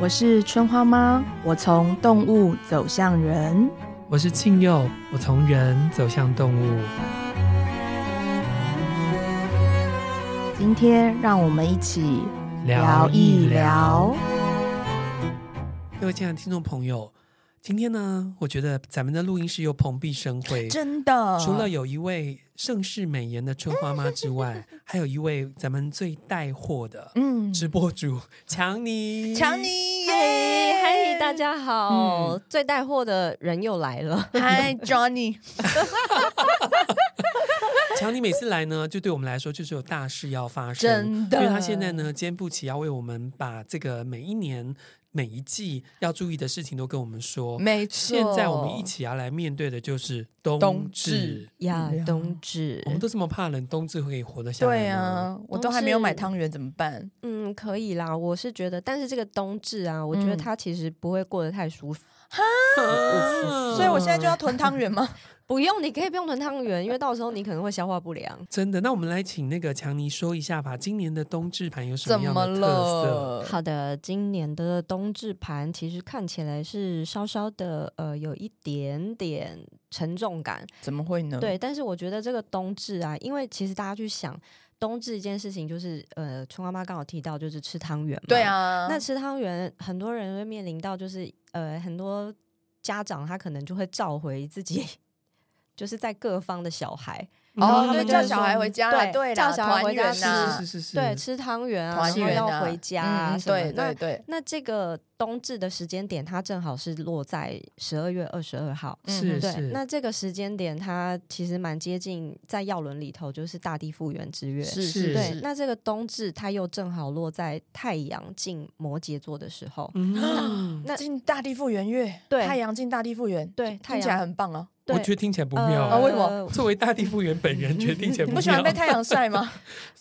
我是春花妈，我从动物走向人。我是庆佑，我从人走向动物。今天让我们一起聊一聊，各位亲爱的听众朋友，今天呢，我觉得咱们的录音室又蓬荜生辉。真的，除了有一位盛世美颜的春花妈 之外，还有一位咱们最带货的嗯直播主强尼。强，尼嗨耶，嗨，大家好！最带货的人又来了，嗨 Johnny，强尼每次来呢，就对我们来说就是有大事要发生。真的，因为他现在呢，肩负起要为我们把这个每一年、每一季要注意的事情都跟我们说。没错，现在我们一起要来面对的就是冬冬至至，亚嗯冬至我，们都这么怕冷，冬至会活得下来对吗，啊，我都还没有买汤圆，怎么办？嗯，可以啦。我是觉得，但是这个冬至啊，我觉得嗯它其实不会过得太舒服。啊 嗯所以我现在就要囤汤圆吗？ 不用，你可以不用囤汤圆，因为到时候你可能会消化不良。真的。那我们来请那个强尼说一下吧，今年的冬至盘有 什怎样么的特色？了？好的，今年的冬至盘其实看起来是稍稍的呃有一点点沉重感，怎么会呢？对，但是我觉得这个冬至啊，因为其实大家去想冬至一件事情，就是呃，春花妈刚好提到就是吃汤圆嘛。对，啊，那吃汤圆，很多人会面临到就是呃，很多家长他可能就会召回自己。就是在各方的小孩，嗯然后哦，他对，们就叫会小孩说回家啦，对对啦，叫小孩团回家圆啊呐是是是是，对，吃汤圆啊，团然后圆要啊回家啊嗯什么对的那对对，那这个冬至的时间点，它正好是落在十二月二十二号，是嗯对是，那这个时间点，它其实蛮接近在药轮里头，就是大地复原之月。是是是对是，，那这个冬至，它又正好落在太阳进摩羯座的时候。嗯，那进大地复原月，对太阳进大地复原，对，太听起来阳，很棒啊！我对觉得听起来不呃妙。啊为什么作为大地复原本人，决定起来你不不喜欢妙被，太阳晒吗？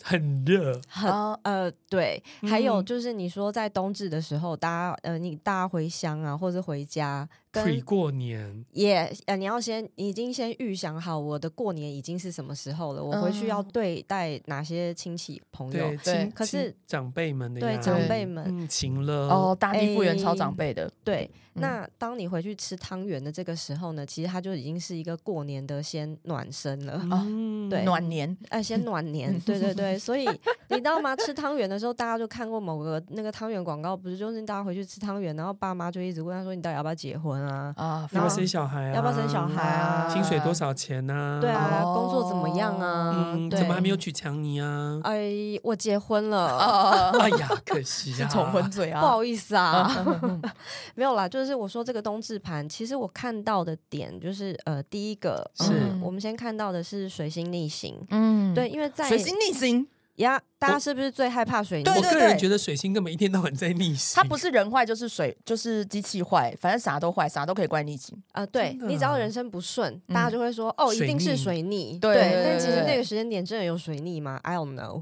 很热。很啊，呃，对，还有嗯就是你说在冬至的时候，大家呃，你大家回乡啊，或者回家， pre 跟过年，也呃，你要先你已经先预想好我的过年已经是什么时候了，我回去要嗯对待哪些亲戚朋友对，，对亲可是亲长辈们的对呀长辈们，嗯，晴了哦，大地复原哎超长辈的，对，嗯那当你回去吃汤圆的这个时候呢，其实它就已经是一个过年的先暖身了，嗯哦对暖年 哎，先暖年，对对对，所以你知道吗？吃汤圆的时候，大家就看过某个那个汤圆广告，不是就是大家回去吃汤圆，然后爸妈就一直问他说，你到底要不要结婚啊？啊，要不要然后生小孩啊？要不要生小孩啊？薪水多？少钱呢？对啊，哦工作怎么样啊？嗯，对怎么还没有？娶强尼 啊？哎，我结 婚了，啊，哎呀，可惜是啊，重婚罪不啊，好意思啊。嗯嗯 没有啦，就是我说这个冬至盘，其实我看到的点就是呃，第一个是嗯我们先看到的是水星逆行，嗯对，，因为在水星逆行，呀，大我家是不是最害怕水逆？对我对个人觉得水星根本一天到晚在逆行，它不是人坏就是水，就是机器坏，反正啥都坏，啥都可以怪逆行。呃，对真的啊你只要人生不顺，嗯大家就会说哦，一水定逆是水逆。对对对但其实对那个时间点真的有水逆吗？I don't know。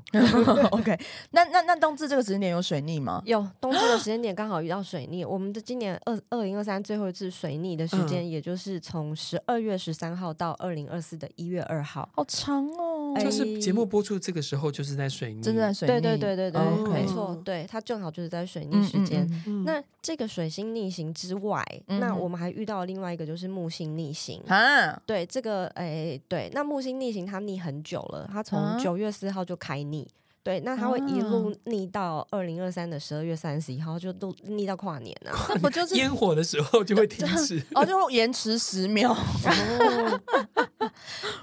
OK，那那那冬至这个时间点有水逆吗？有冬至的时间点刚好遇到水逆，我们的今年二二零二三最后一次水逆的嗯时间，也就是从十二月十三号到二零二四的一月二号。好长哦哎就是节目播出这个时候就是在水逆，真的在水对逆，对对对对， OK 没错，对，它正好就是在水逆嗯时间。，嗯嗯嗯那这个水星逆行之外，嗯那我们还遇到另外一个就是木星逆行。嗯啊，对，这个诶、对，那木星逆行它逆很久了，它从啊九月四号就开逆。对，那它会一路逆到二零二三的十二月三十一号，就都逆到跨年 啊！那不就是烟火的时候就会停 止。哦，就延迟十秒，哦，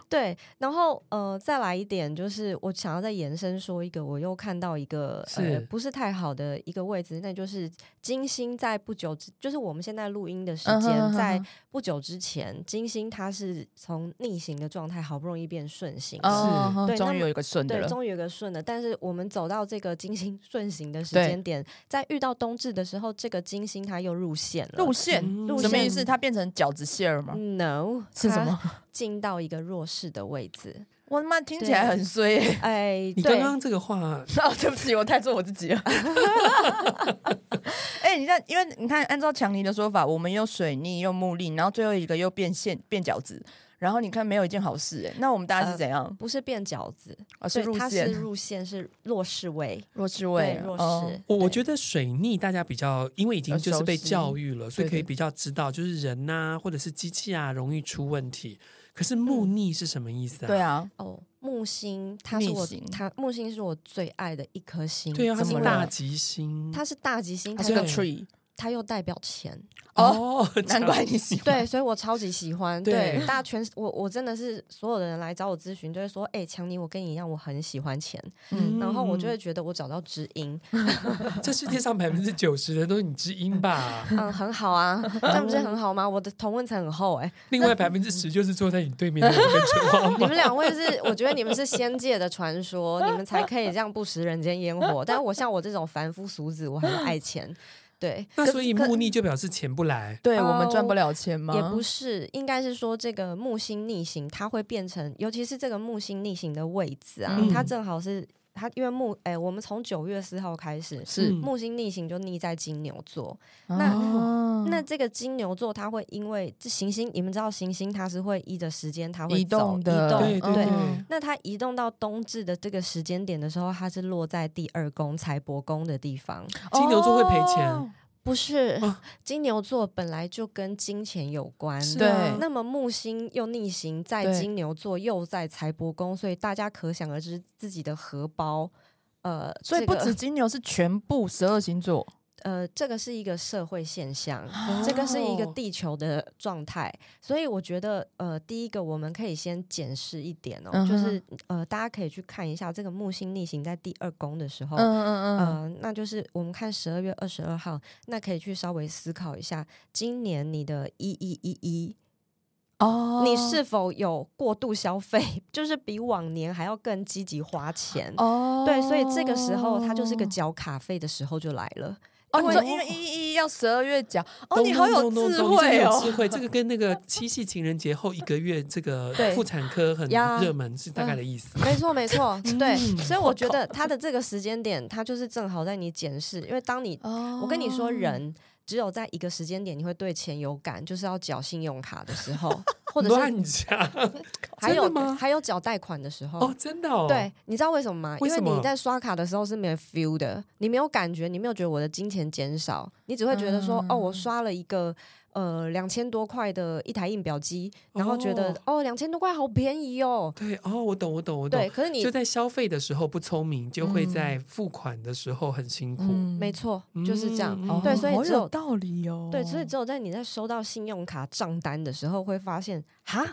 对，然后呃，再来一点，就是我想要再延伸说一个，我又看到一个是呃不是太好的一个位置，那就是金星在不久之，就是我们现在录音的时嗯哼间，嗯哼在不久之前，金星它是从逆行的状态好不容易变顺行，哦对终于那有一个顺的对，了，终于有个顺的，但是我们走到这个金星 顺行的时间点，在遇到冬至的时候，这个金星它又入线了。路线嗯路什么意思？线它变成饺子馅儿吗？嗯 No，是什？ 么？进到一个弱势的位置。我他妈听起来很衰欸。哎，你刚对刚这个话， 哦，对不起，我太做我自己 了。哎、你看，因为你看，按照强尼的说法，我们又水逆又木力，然后最后一个又变现变饺子，然后你看没有一件好事、欸，那我们大家是呃怎样？不是变饺子，啊，是对，入它是线入线是弱势位，弱势对位，弱势。哦我我对觉得水逆大家比较，因为已经呃就是熟被悉教育了，所以对可以对比较知道，就是人呐、或者是机器啊，容易出问题。可是木逆是什么意思嗯啊？对，啊，哦，木星它是逆我行它木星是我最爱的一颗星，对啊，它怎是么大了吉星，它是大吉星，它它是对个又 tree，它又代表钱，哦， 难怪你喜欢。对，所以我超级喜欢。对对，大家全我我真的是所有的人来找我咨询，就会说，哎、强尼，我跟你一样，我很喜欢钱，嗯，然后我就觉会觉得我找到知 音，得这世界上百分之九十的都是你知音吧，嗯，很好 啊，这样不是很好吗？我的同温层很厚哎、另外百分之十就是坐在你对面的人跟陈花 你妈们两位是，我觉得你们是仙界的传说，你们才可以这样不食人间烟火。但我像我这种凡夫俗子，我还是爱钱。 对，那所以木逆就表示钱不来，对哦我们赚不了钱吗？也不是，应该是说这个木星逆行，它会变成，尤其是这个木星逆行的位置啊，嗯它正好是它，因为木，哎、我们从九月四号开始，是嗯木星逆行就逆在金牛座。那那那这个金牛座，它会因为这行星，你们知道行星它是会依着时间，它会移走动的，移动对对对对那它移动到冬至的这个时间点的时候，它是落在第二宫财帛宫的地方。金牛座会赔钱哦不是啊，金牛座本来就跟金钱有关。是对啊那么木星又逆行嗯在对金牛座，又在财帛宫，所以大家可想而知自己的荷包，呃，所以这不个止金牛，是全部十二星座。呃，这个是一个社会现象，这个是一个哦地球的状态，所以我觉得，呃，第一个我们可以先检视一点哦，嗯哼就是呃，大家可以去看一下这个木星逆行在第二宫的时候，嗯嗯嗯，呃，那就是我们看十二月二十二号，那可以去稍微思考一下，今年你的一一一一，哦，你是否有过度消费， 就是比往年还要更积极花钱？哦，对，所以这个时候它就是个缴卡费的时候就来了。哦，你说因因为为一一一要十二月讲，哦，咚你好有咚咚智咚慧咚你真的有智哦，慧，这个跟那个七夕情人节后一个月这个对妇产科很呀热门，是大概的意思。没错，没 错，对，嗯所以我觉得它的这个时间点，它就是正好在你检视，因为当你，哦我跟你说，人只有在一个时间点，你会对钱有感，就是要缴信用卡的时候， 或者是嗯乱讲还真的吗有还有缴贷款的时候。哦，真的哦，对，，你知道为什么吗？为因为什么你在刷卡的时候是没有 feel 的，你没有感觉，你没有觉得我的金钱减少，你只会觉得说，哦，我嗯刷了一个呃两千多块的一台印表机，然后觉得哦两千多块好便宜哦，对哦，我懂，我懂，我对，懂。可是你就在消费的时候不聪明，就会嗯在付款的时候很辛苦。没错，就是这样。嗯哦，对所以好只有有道理哦，对，所以只有在你在收到信用卡账单的时候，会发现哈，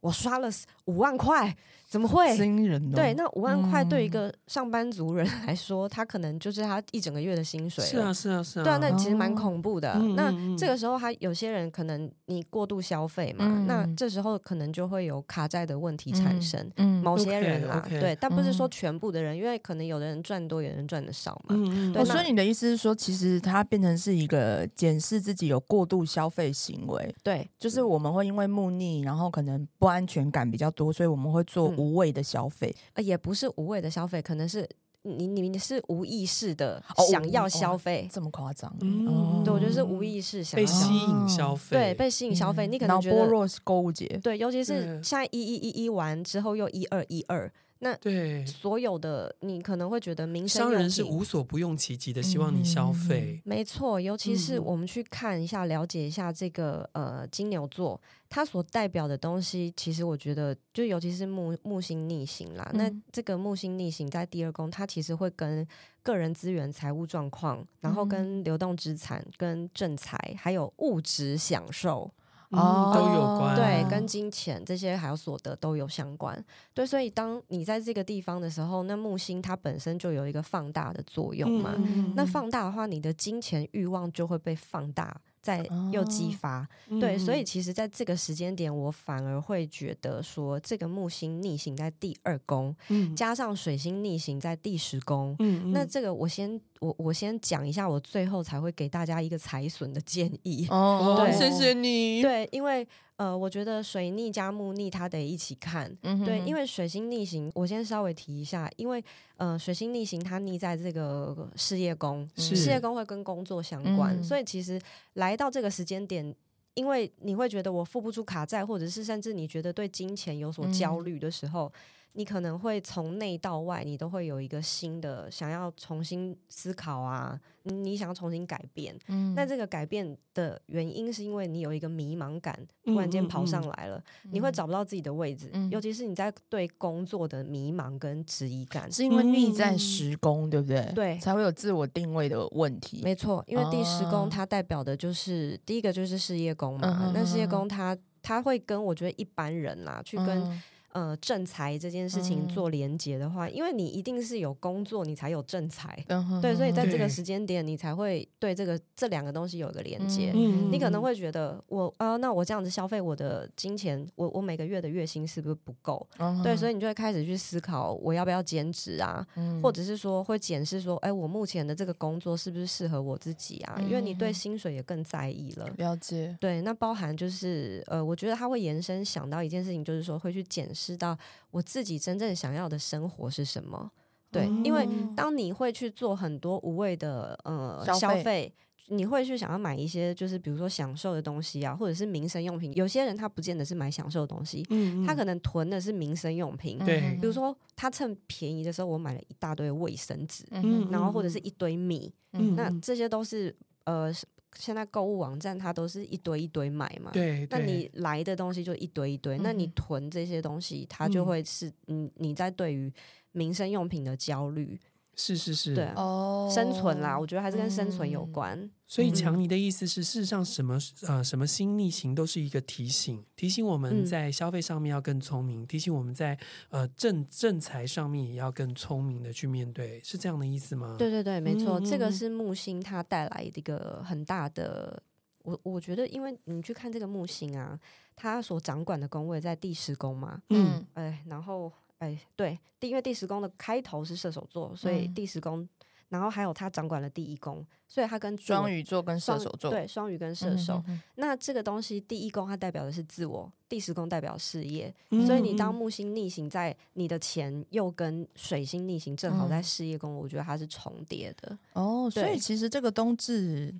我刷了五万块，怎么会？惊人哦，对，那五万块嗯对一个上班族人来说，他可能就是他一整个月的薪水是了啊，是啊，是啊。对啊，那其实蛮恐怖的。嗯那嗯嗯这个时候，他有些人可能你过度消费嘛，嗯那这时候可能就会有卡债的问题产生。嗯，嗯，某些人啦 OK，OK 对，但不是说嗯全部的人，因为可能有的人赚多，有的人赚的少嘛。嗯，嗯对哦，嗯那所以你的意思是说，其实它变成是一个检视自己有过度消费行为，对，就是我们会因为木逆，然后可能不安全感比较多，所以我们会做嗯无谓的消费。呃，也不是无谓的消费，可能是你你你是无意识的哦想无要哦消费，这么夸张？嗯哦对我觉得是无意识想被要吸消引消费，对被吸引消费，嗯你可能脑觉波得弱购物节，对，尤其是对现在一一一一完之后又一二一二，对所有的你可能会觉得民生商用人是品无所不用其极的，希望你消费。没错，尤其是嗯我们去看一下、了解一下这个呃金牛座，它所代表的东西，其实我觉得，就尤其是木木星逆行啦。那嗯这个木星逆行在第二宫，它其实会跟个人资源、财务状况，然嗯后跟流动资产、跟正财，还有物质享受，嗯哦都有关，对啊，跟金钱这些还有所得都有相关。对，所以当你在这个地方的时候，那木星它本身就有一个放大的作用嘛。那嗯放大的话，你的金钱欲望就会被放大，再又激哦发。嗯对，所以其实在这个时间点，我反而会觉得说，这个木星逆行在第二宫，嗯加上水星逆行在第十宫。嗯那这个我先我我先讲一下，我最后才会给大家一个财损的建议。哦，对谢谢你。对，因为呃，我觉得水逆加木逆它得一起看。嗯哼对，哼因为水星逆行，我先稍微提一下，因为呃，水星逆行它逆在这个事业宫，是事业宫会跟工作相关，嗯所以其实来到这个时间点，因为你会觉得我付不出卡债，或者是甚至你觉得对金钱有所焦嗯虑的时候，你可能会从内到外，你都会有一个新的想要重新思考啊，你你想要重新改变。嗯那这个改变的原因是因为你有一个迷茫感，突然间跑上来了，你会找不到自己的位置，嗯尤其是你在对工作的迷茫跟质疑感。是因为逆在时宫，对不对？对才会有自我定位的问题。没错，因为第十哦宫它代表的就是、第一个就是事业宫嗯嘛哼，那事业嗯哼宫它它会跟我觉得一般人啦去跟、嗯呃正财这件事情嗯做连接的话，因为你一定是有工作你才有正财，嗯哼对，所以在这对个时间点你才会对这个这两个东西有一个连接。嗯你可能会觉得我呃，那我这样子消费我的金钱，我我每个月的月薪是不是不够？对，所以以你就会开始去思考我要不要兼职啊，嗯或者是说会检视说，哎、我目前的这个工作是不是适合我自己啊？因为你对嗯薪水也更在意了。了解，对，那包含就是呃，我觉得他会延伸想到一件事情，就是说会去检视到我自己真正想要的生活是什么。对，因为嗯当你会去做很多无谓的呃消消费费。你会去想要买一些，就是比如说享受的东西啊，或者是民生用品。有些人他不见得是买享受的东西，嗯他可能囤的是民生用品。对嗯比如，说，他趁便宜的时候，我买了一大堆卫生纸，嗯然后或者是一堆米，嗯那嗯这些都是呃，是现在购物网站它都是一堆一堆买嘛。对，那对你来的东西就一堆一堆，那你嗯哼囤这些东西，它嗯就会是嗯，你在对于民生用品的焦虑，是是是，对啊哦生存啦，我觉得还是跟生存有嗯关。所以嗯强尼的意思是，事实上什么呃什么新逆行都是一个提醒，提醒我们嗯在消费上面要更聪明，提醒我们在呃正正财上面也要更聪明的去面对，是这样的意思吗？对对对，没错，这嗯嗯个嗯是木星它带来的一个很大的，我我觉得，因为你去看这个木星啊，它所掌管的宫位在第十宫嘛，嗯，哎，然后哎，对，第因为第十宫的开头是射手座，所以嗯第十宫，然后还有它掌管了第一宫，所以它跟自我双鱼座跟射双手座，对双鱼跟射嗯手，，嗯那这个东西第一宫它代表的是自我，第十宫代表事业，嗯所以你当嗯木星逆行在你的钱又跟水星逆行，正好在嗯事业宫，我觉得它是重叠的。哦，所以对其实这个冬至。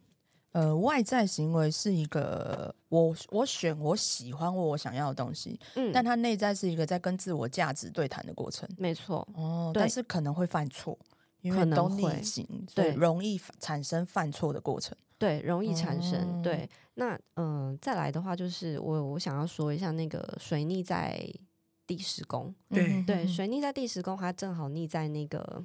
呃，外在行为是一个我我选我喜欢或我想要的东西，嗯，但它内在是一个在跟自我价值对谈的过程。没错，哦，对但是可能会犯错，因为可能都会逆行，所以对容易犯产生犯错的过程。对，容易产生。哦对，那嗯、呃再来的话就是我我想要说一下那个水逆在第十宫，对嗯对，水逆在第十宫，它正好逆在那个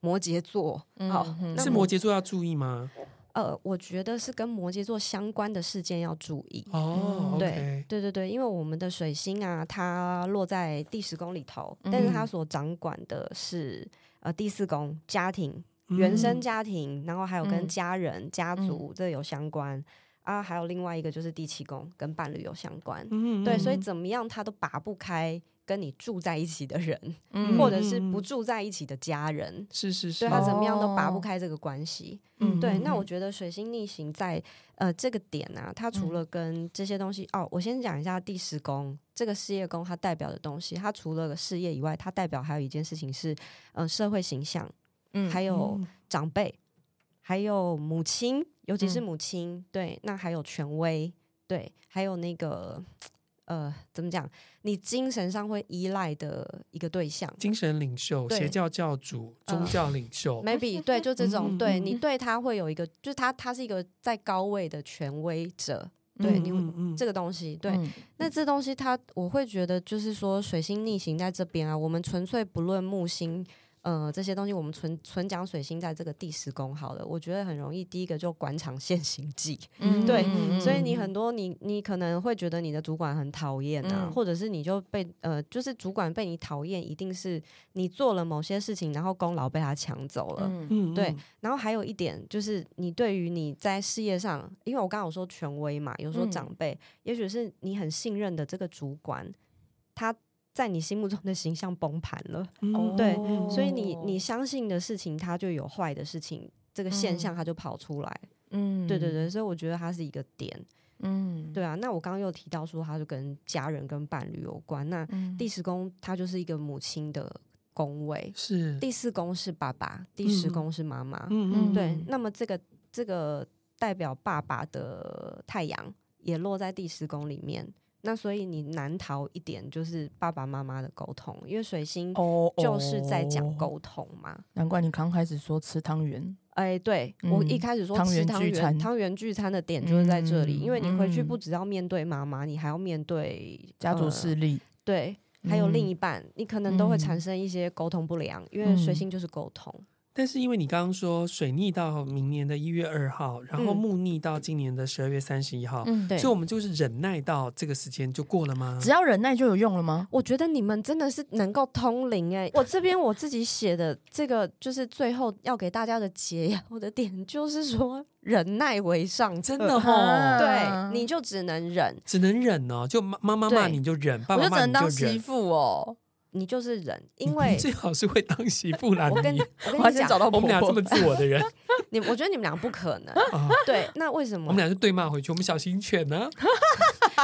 摩羯座。好嗯哼那是么摩羯座要注意吗？呃，我觉得是跟摩羯座相关的事件要注意。哦嗯，对 OK 对对对，因为我们的水星啊，它落在第十宫里头，但是它嗯所掌管的是呃第四宫家庭、嗯原生家庭，然后还有跟嗯家人、家族这有相关啊，还有另外一个就是第七宫跟伴侣有相关。嗯对，所以嗯怎么样，它都拔不开跟你住在一起的人，嗯或者是嗯嗯嗯不住在一起的家人。是是是，对他哦怎么样都拔不开这个关系。嗯对，那我嗯觉得水星逆行在呃这个点啊，它嗯除了跟这些东西、哦，我先讲一下第十宫这个事业宫它代表的东西，它除了事业以外，它代表还有一件事情是呃社会形象，嗯还有嗯长辈，还有母亲，尤其是嗯母亲，对，那还有权威，对，还有那个。呃，怎么讲？你精神上会依赖的一个对象，精神领袖、对邪教教主、呃宗教领哦袖， maybe 对，就这种，嗯对嗯你嗯对他会有一个，就是他他是一个在高位的权威者，对你嗯这个东西，对，嗯那这东西它我会觉得就是说水星逆行在这边啊，我们纯粹不论木星。呃，这些东西我们纯纯讲水星在这个第十宫好了，我觉得很容易。第一个就官场现行记，嗯对嗯所以你很多你你可能会觉得你的主管很讨厌啊，嗯或者是你就被呃，就是主管被你讨厌，一定是你做了某些事情，然后功劳被他抢走了。嗯嗯对然后还有一点就是，你对于你在事业上，因为我刚刚有说权威嘛，有说嗯长辈，也许是你很信任的这个主管，他在你心目中的形象崩盘了，嗯对嗯所以你哦你相信的事情，他就有坏的事情，这个现象它就跑出来。嗯对对，对，所以我觉得它是一个点，嗯对啊。那我刚刚又提到说，它就跟家人跟伴侣有关。那嗯第十宫它就是一个母亲的宫位，嗯是第四宫是爸爸，第十嗯宫是妈妈。嗯嗯对，那么这个这个代表爸爸的太阳，也落在第十宫里面。那所以你难逃一点就是爸爸妈妈的沟通，因为水星哦就是在讲沟通嘛。难怪你刚开始说吃汤圆，哎，对、我嗯一开始说汤吃圆汤聚圆，餐汤圆聚餐的点就是在这里，嗯因为你回去嗯不只要面对妈妈，你还要面对家族呃势力，对，还有另嗯一半，你可能都会嗯产生一些沟通不良，因为水嗯星就是沟通。但是因为你刚刚说水逆到明年的一月二号，然后嗯木逆到今年的十二月三十一号，嗯，对所以我们就是忍耐到这个时间就过了吗？只要忍耐就有用了吗？我觉得你们真的是能够通灵哎、我这边我自己写的这个，就是最后要给大家的解药的点，就是说忍耐为上策，真的哦，啊对，你就只能忍，只能忍哦，就妈妈妈骂对你就忍，爸我爸就只骂能你就当媳忍，妇哦，你就是忍，因为你 最好是会当媳妇啦。我跟你我我要跟你先讲，找到我们俩婆婆这么自我的 人你我觉得你们俩不可 能，啊，对，那为什我么们？俩就对骂回去，我们小型犬 呢？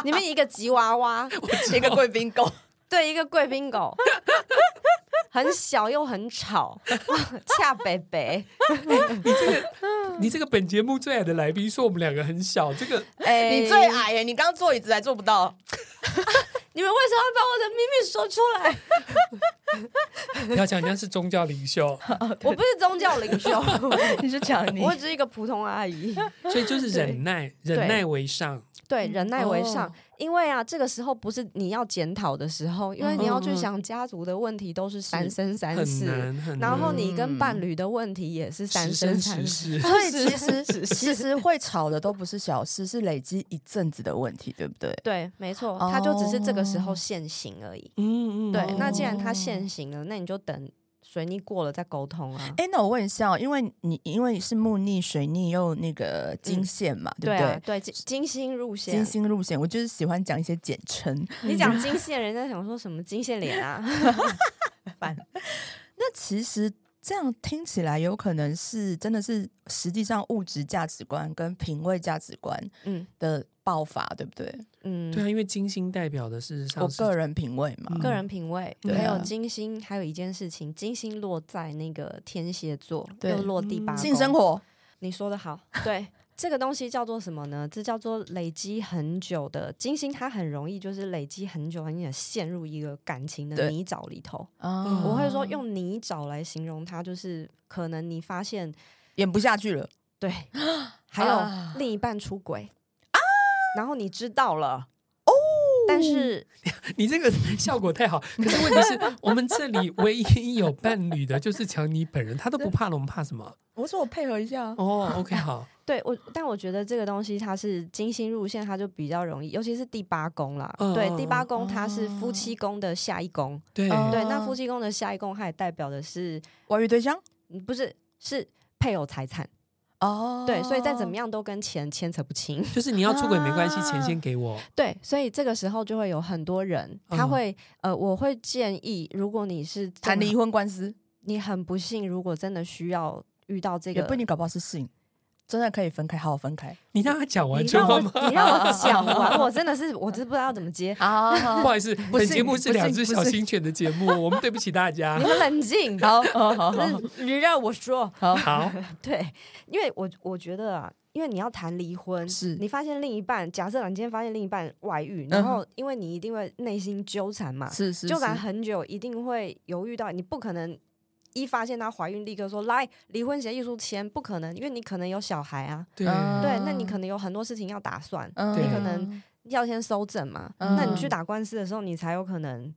你们一个吉娃娃，一个贵宾狗，对，一个贵宾狗， 很小又很吵， 恰北北，你这个本节目最矮的来宾说我们两个很小，这 个 哎、你最矮耶，你刚坐椅子还坐不到，你们为什么要把我的秘密说出 来？不要讲人家是宗教领袖，我不是宗教领袖，你是讲你我只是一个普通 阿姨。所以就是忍耐，忍耐为上。对，嗯忍耐为上，哦因为啊，这个时候不是你要检讨的时候，因为嗯你要去想家族的问题都是三生三很世，难很难，然后你跟伴侣的问题也是嗯三十生生十三世。世，所以其实其实会吵的都不是小事，是累积一阵子的问题，对不对？对，没错，哦他就只是这个时候现行而已。 嗯嗯，对嗯，那既然他现行了，那你就等水逆过了再沟通啊。哎，那我问一下哦，因为你因为是木逆、水逆又那个金线嘛，对不对？啊，对，金金星入金线，星路线，我就是喜欢讲一些简称。你讲金线，人家想说什么金线 脸啊？那其实这样听起来，有可能是真的是实际上物质价值观跟品味价值观嗯的爆发，对不对？嗯，对啊，因为金星代表的事实我上是个人品味嘛，嗯个人品味，对还有啊金星，还有一件事情，金星落在那个天蝎座，对又落第八嗯性宫生活你说的好， 对。这个东西叫做什么呢？这叫做累积很久的金星，它很容易就是累积很久，很久陷入一个感情的对泥沼里头。啊嗯我会说用泥沼来形容它，就是可能你发现演不下去了， 对，还啊有另一半出轨啊，然后你知道了哦，但是你这个 效果太好，可是问题 是我们这里唯一有伴侣的就是强尼本人，他都不怕了，我们怕什么？我说我配合一下， 哦，OK，好，对我，但我觉得这个东西它是金星入线，它就比较容易，尤其是第八宫啦。嗯对嗯，第嗯八宫它是夫哦妻宫的下一宫，对，哦对，那夫妻宫的下一宫，它也代表的是外遇对象嗯不是是配偶财产？哦，对，所以再怎么样，样都跟钱牵扯不清。 就是你要出轨没关系，啊钱先给我。对，所以这个时候就会有很多人，他嗯会呃，我会建议，如果你是这谈么离，婚官司，你很不幸，如果真的需要遇到这也个不一定搞不好是性，真的可以分开，好好分开你让他讲完你之让后我吗？你让我讲完，我真的是我真不知道怎么接。啊。不好意思，不本是节目是不是两只小不是型犬的节目，我们对不起大家你。们冷静，好， 好好好你让我说，好，对，因为我我觉得啊，因为你要谈离婚，是嗯你发现另一半，假设你今天发现另一半外遇，然后因为你一定会内心纠缠嘛， 是是，纠缠是很久，一定会犹豫到，你不可能一发现她怀孕立刻说来离婚协议书签，不可能，因为你可能有小孩啊，对，嗯对，那你可能有很多事情要打算，嗯对可能要先收证嘛，嗯那你去打官司的时候，你才有可能。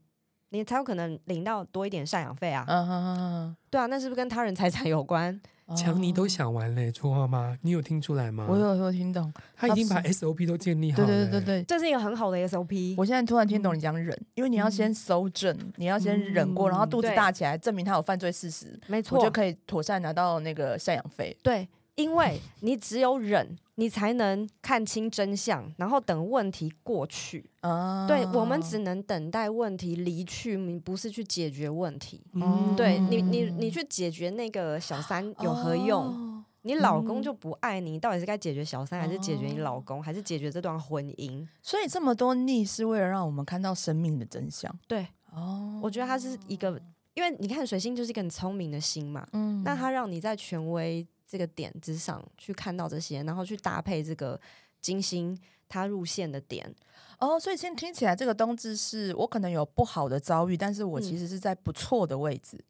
你才有可能领到多一点赡养费啊，嗯嗯对啊，那是不是跟他人财产有关？嗯，强尼都想完嘞，楚妈妈，你有听出来吗？我有我有听懂，他已经把 SOP 都建立好对了。对对对对， 这是一个很好的 SOP。我现在突然听懂你讲忍，因为你要先搜证，你要先忍过，嗯然后肚子对大起来，证明他有犯罪事实，没我错，就可以妥善拿到那个赡养费。对，因为你只有忍，你才能看清真相，然后等问题过去。啊，对我们只能等待问题离去，你不是去解决问题。嗯对你，你你去解决那个小三有何用？哦你老公就不爱你，到底是该解决小三，还是解决你老公，还是解决这段婚姻？所以这么多逆是为了让我们看到生命的真相。对哦，我觉得他是一个，因为你看水星就是一个很聪明的星嘛，嗯那它让你在权威这个点之上去看到这些，然后去搭配这个金星，他入线的点。哦，所以现在听起来这个冬至是我可能有不好的遭遇，但是我其实是在不错的位置。嗯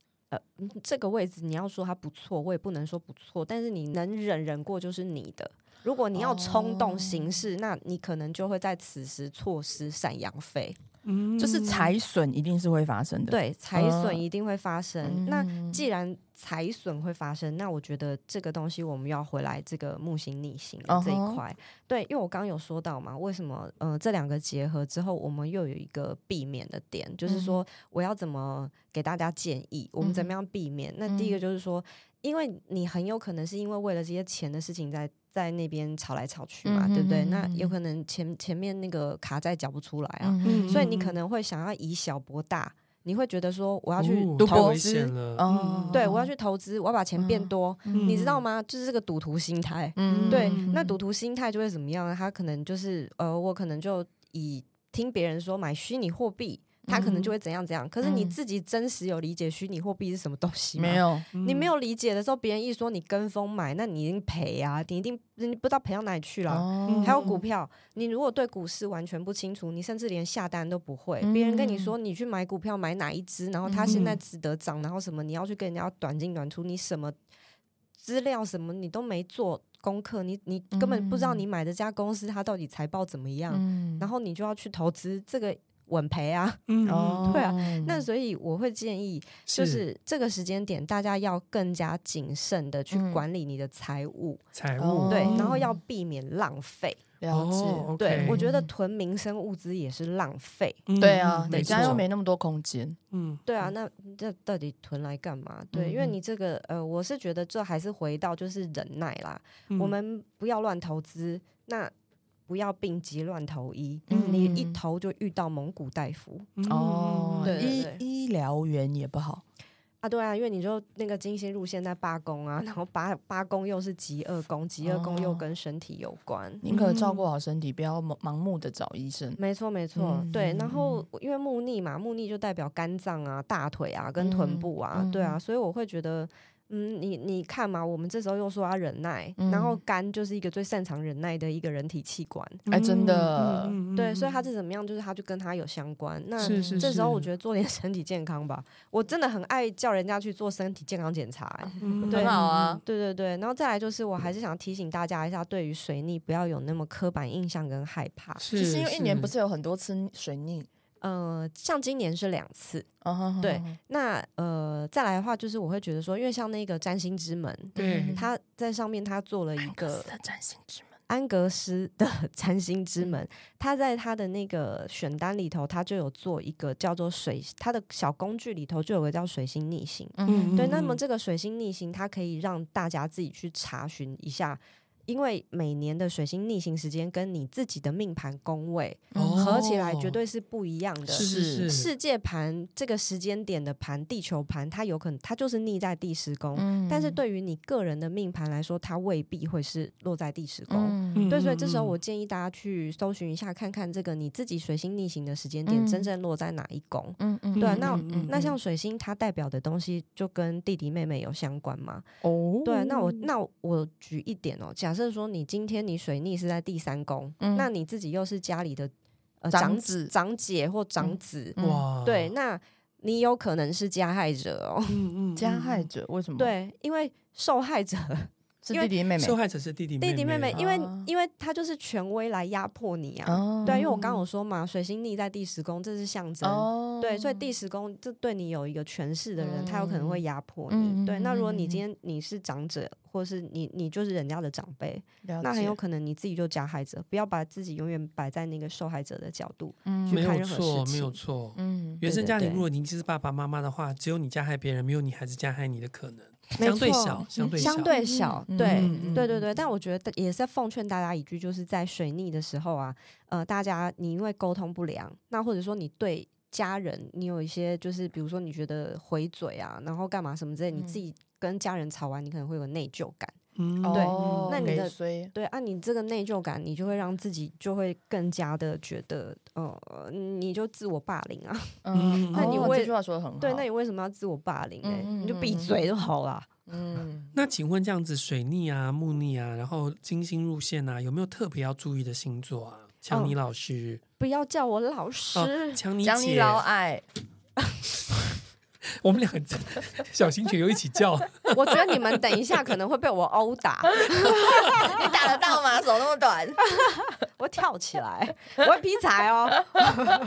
这个位置你要说它不错，我也不能说不错，但是你能忍忍过就是你的。如果你要冲动哦行事，那你可能就会在此时错失赡养费，嗯就是财损一定是会发生的。，对，财嗯损一定会发生。那嗯既然财损会发生，那我觉得这个东西我们要回来这个木星逆行的这嗯一哼块对，因为我刚刚有说到嘛，为什么呃这两个结合之后，我们又有一个避免的点，就是说嗯我要怎么给大家建议，我们怎么样避免？那嗯第一个就是说，因为你很有可能是因为为了这些钱的事情在。在那边吵来吵去嘛，嗯哼对不对？嗯哼那嗯哼有可能前前面那个卡债缴不出来啊，嗯所以你可能会想要以小博大，你会觉得说我要去哦赌太博危之险了，哦嗯对，我要去投资，我要把钱变嗯多，嗯你知道吗？就是这个赌徒心态。嗯对，嗯那赌徒心态就会怎么样呢？他可能就是呃，我可能就以听别人说买虚拟货币，他可能就会怎样怎样。可是你嗯自己真实有理解虚拟货币是什么东西吗？没。有，你没嗯有理解的时候，别人一说你跟风买，那你一定赔啊！你一定你不知道赔到哪里去了。哦嗯还有股票，你如果对股市完全不清楚，你甚至连下单都不会，别人跟嗯你说你去买股票买哪一只，然后它现在嗯值得涨，然后什么你要去跟人家短进短出，你什么资料什么你都没做功课，你你根本不知道嗯你买的这家公司它到底财报怎么样，嗯然后你就要去投资这个稳赔啊。嗯哦，对啊 那所以我会建议，就是这个时间点，大家要更加谨慎的去嗯管理你的财务，财务哦对，然后嗯要避免浪费。了哦解。 ，OK，对，我觉得囤民生物资也是浪费。嗯对啊，没你错家又没那么多空间，嗯对啊，那这到底囤来干嘛？对，因为嗯你这个呃，我是觉得这还是回到就是忍耐啦。嗯我们不要乱投资，那不要病急乱投医。嗯你一投就遇到蒙古大夫嗯哦，对医对医疗员也不好，啊，对啊，因为你就那个金星入线在八宫啊，然后八八宫又是极恶宫，极恶宫又哦跟身体有关。宁可嗯照顾好身体，不要盲盲目的找医生。没错，没错，嗯对。然后因为木逆嘛，木逆就代表肝脏啊、大腿啊、跟臀部啊，嗯嗯对啊，所以我会觉得，嗯，你你看嘛，我们这时候又说要忍耐，然后嗯肝就是一个最擅长忍耐的一个人体器官，哎真的嗯嗯嗯对，所以嗯它是怎么样，就是它就跟它有相关。那是是，嗯这时候我觉得得做点 身体健康吧，我真的很爱叫人家去做身体健康检查、哦欸对嗯很好啊，对对对，然后再来就是，我还是想提醒大家一下，对于水逆不要有那么刻板印象跟害怕。是，其实因为一年不是有很多次水逆，呃，像今年是两次，嗯哼哼对哼那呃，再来的话，就是我会觉得说，因为像那个占星之门，对嗯他在上面他做了一个的占星之门，安格斯的 占星嗯之门，他在他的那个选单里头，他就有做一个叫做水，他的小工具里头就有个叫水星逆行。嗯对，那么这个水星逆行，它可以让大家自己去查询一下。因为每年的水星逆行时间跟你自己的命盘宫位哦合起来，绝对是不一样的。是是是世界盘这个时间点的盘，地球盘，它有可能它就是逆在第十宫，嗯但是对于你个人的命盘来说，它未必会是落在第十宫。嗯对，所以这时候嗯嗯我建议大家去搜寻一下，看看这个你自己水星逆行的时间点嗯真正落在哪一宫。嗯嗯对啊嗯那嗯嗯那像水星，它代表的东西就跟弟弟妹妹有相关嘛？哦对啊，那我那我举一点哦，假设说你今天你水逆是在第三宫，嗯那你自己又是家里的、呃、长长子长姐或长子，嗯哇，对，那你有可能是加害者哦。嗯，嗯嗯，加害者为什么？，对， 因为受害者是因为弟弟妹妹受害者是弟弟弟弟妹妹，因为啊因为他就是权威来压迫你啊。哦对啊，因为我刚刚有说嘛，水星逆在第十宫，这是象征。哦对，所以第十宫这对你有一个权势的人，他有可能会压迫你。嗯嗯对，那如果你今嗯天你是长者，或是你你就是人家的长辈，了那很解有可能你自己就加害者。不要把自己永远摆在那个受害者的角度。嗯没去看有任何错，事没有情错。嗯原生家对庭，对如果您是爸爸妈妈的话，只有你加害别人，没有你孩子加害你的可能，没相对错小，相对相小对小，嗯对。嗯嗯对对对，但我觉得也是在奉劝大家一句，就是在水逆的时候啊，呃，大家你因为沟通不良，那或者说你对家人你有一些就是，比如说你觉得回嘴啊，然后干嘛什么之类，你自己跟家人吵完，你可能会有内疚感。嗯哦对嗯那你的给衰对啊，你这个内疚感，你就会让自己就会更加的觉得，呃，你就自我霸凌啊。嗯那你哦为这句话说的很好，对，那你为什么要自我霸凌呢？嗯嗯你就嗯闭嗯嘴就好啦。 嗯那请问这样子水逆啊、木逆啊，然后金星入线啊，有没有特别要注意的星座啊？强哦尼老师，不要叫我老师，哦，强尼讲你姐，老矮，我们两个在小心犬又一起叫， 我觉得你们等一下可能会被我殴打，你打得到吗？手那么短，我跳起来，我会劈柴哦。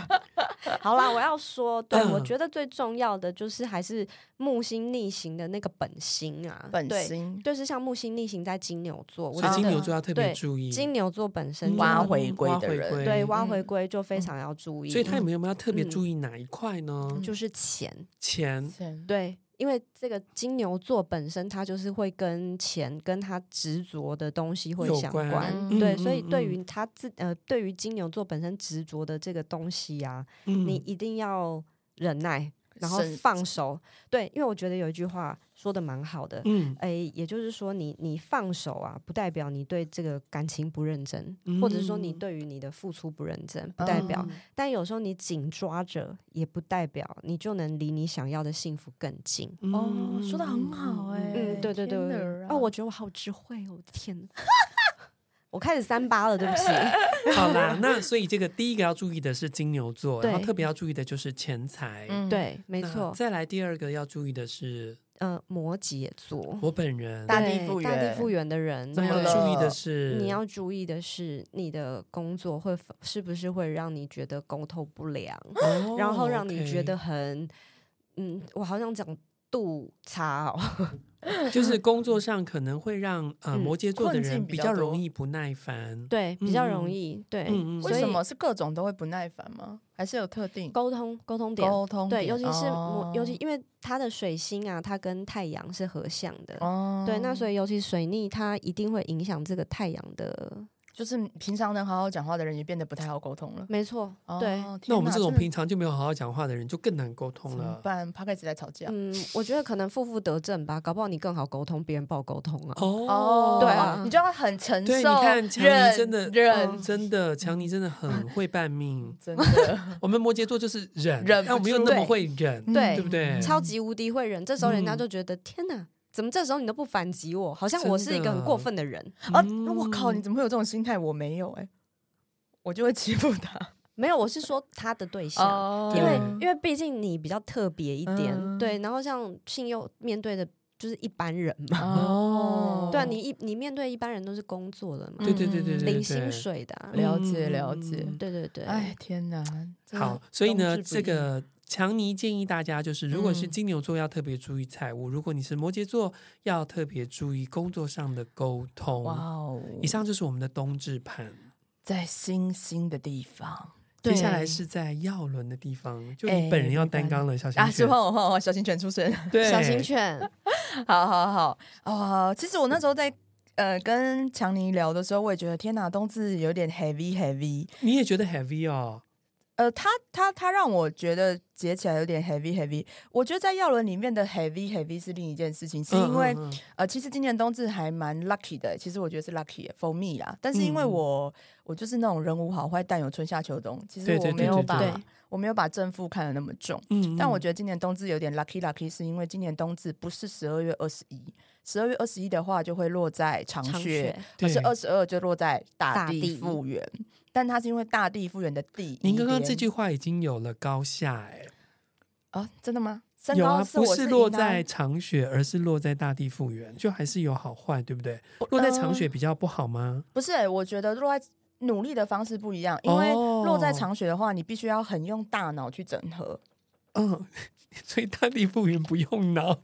好啦，我要说，对、嗯我觉得最重要的就是还是木星逆行的那个本心啊， 本对心就是像木星逆行在金牛座， 我所以觉金牛得座要特别对注意。金牛座本身嗯就挖是回归挖的回人归对挖回嗯归就非常要注意，所以他有没有要特别嗯注意哪一块呢？就是钱，钱钱对。因为这个金牛座本身，它就是会跟钱、跟他执着的东西会有相关，关，嗯对，嗯所以对嗯于他自呃，对于金牛座本身执着的这个东西啊呀、嗯你一定要忍耐，然后慎放手。对，因为我觉得有一句话说的蛮好的，嗯诶，也就是说你，你放手啊，不代表你对这个感情不认真，或者说你嗯对于你的付出不认真，不代表。嗯但有时候你紧抓着，也不代表你就能离你想要的幸福更近。嗯哦，说的很好哎、嗯，对对对天哪对对啊哦，我觉得我好有智慧哦，我的天哪！我开始三八了，对不起。好啦，那所以这个第一个要注意的是金牛座，然后对特别要注意的就是钱财。嗯对，没那错，再来第二个要注意的是呃，摩羯座，我本人，大对地复大地原复原的人，那要对注意了的是你要注意的是，你的工作会否是不是会让你觉得沟通不良，哦然后让你觉 OK 得很，嗯，我好想讲肚差哦， 就是工作上可能会让呃嗯摩羯座的困境人比比较较多容易不耐烦。对，比较容嗯易，对，嗯嗯为所以什么是各种都会不耐烦吗？还是有特定沟通沟通点，沟通对，点尤其是摩哦，尤其因为它的水星啊，它跟太阳是合相的，哦对，那所以尤其水逆，它一定会影响这个太阳的，就是平常能好好讲话的人也变得不太好沟通了。没错，哦对，天那我们哪这种真的平常就没有好好讲话的人，就更难沟通怎么了。办 p o d c a s 在吵架，嗯，我觉得可能负负得正吧，搞不好你更好沟通，别人不好沟通啊。哦，对啊嗯你就要很承受。对你看强尼忍真的忍，真的，强尼真的很会办命。真的我们摩羯座就是忍，嗯忍但不我们又住那么对会忍， 对对不对？超级无敌会忍，这时候人家嗯就觉得、天哪，怎么这时候你都不反击我？好像我是一个很过分的人。啊！嗯我靠，你怎么会有这种心态？我没有哎，我就会欺负 他。没有，我是说他的对象。哦因为啊对因为毕竟你比较特别一点，嗯对，然后像信佑面对的就是一般人嘛，哦对啊，你一你面对一般人都是工作的嘛，嗯对对对对对，嗯领对薪。水的、啊，了解嗯了解对对对，哎，天哪！真的好，所以呢，冬至不这易个强尼建议大家就是，如果是嗯金牛座要特别注意财务，如果你是摩羯座要特别注意工作上的沟哇通。哦，以上就是我们的冬至盘，在星星的地方接对下来是在耀伦的地方，就哎你本人要没办担法纲了，小心啊，是选换我换我换我小型犬出声。对小型犬， 好好好啊、其实我那时候在呃跟强尼聊的时候，我也觉得天哪，冬至有点 heavy heavy。你也觉得 heavy 哦？呃，他他他让我觉得解起来有点 heavy heavy。我觉得在耀伦里面的 heavy heavy 是另一件事情，是因为、嗯嗯嗯呃，其实今年冬至还蛮 lucky 的，其实我觉得是 lucky for me 啦。但是因为嗯我、我就是那种人无好坏，但有春夏秋冬，其实对对我对没有对对把对我没有把正负看得那么重。嗯，但我得觉得今年冬至有点 lucky lucky，是因为今年冬至不是十二月二十一，十二月二十一的话就会落在长长雪，雪，可是二十二就落在大大地地复原。但它是因为大地复原的地，您刚刚这句话已经有了高下哎、啊，真的吗？身有高啊，是不我是赢落的在长雪，而是落在大地复原，就还是有好坏，对不对？落在呃长雪比较不好吗？不是、欸，我觉得落在努力的方式不一样，因为落在哦长雪的话，你必须要很用大脑去整合。嗯， 所以大地复原不用脑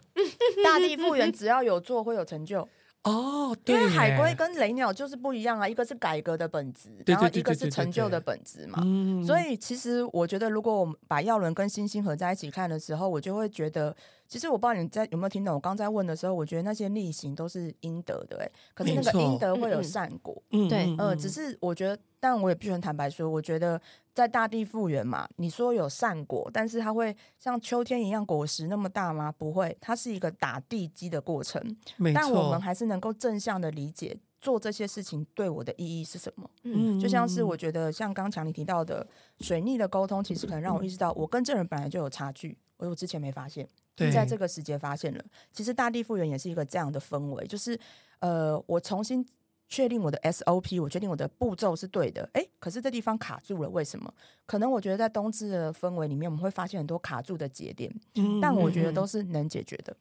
大地复原只要有做会有成 就，哦，因对耶，为海龟跟雷鸟就是不一样啊，一个是改革的本质，对然后对对一个对对是对成就对的本质嘛。嗯所以其实我觉得，如果我们把耀伦跟星星合在一起看的时候，我就会觉得，其实我不知道你在有没有听懂。我刚在问的时候，我觉得那些逆行都是应得的、欸，可是那没个错应得会有嗯嗯善果。嗯对嗯呃，嗯只是我觉得，但我也必须很坦白说，我觉得在大地复原嘛，你说有善果，但是它会像秋天一样果实那么大吗？不会，它是一个打地基的过程。没但我们错，还是能够正向的理解做这些事情对我的意义是什么。嗯就像是我嗯觉得，像刚强你提到的水逆的沟通，其实可能让我意识到，我跟这人本来就有差距，我我之前没发现，对在这个时节发现了。其实大地复原也是一个这样的氛围，就是呃，我重新确定我的 SOP，我确定我的步骤是对的。诶，可是这地方卡住了，为什么？可能我觉得在冬至的氛围里面，我们会发现很多卡住的节点，嗯但我觉得嗯都是能解决的。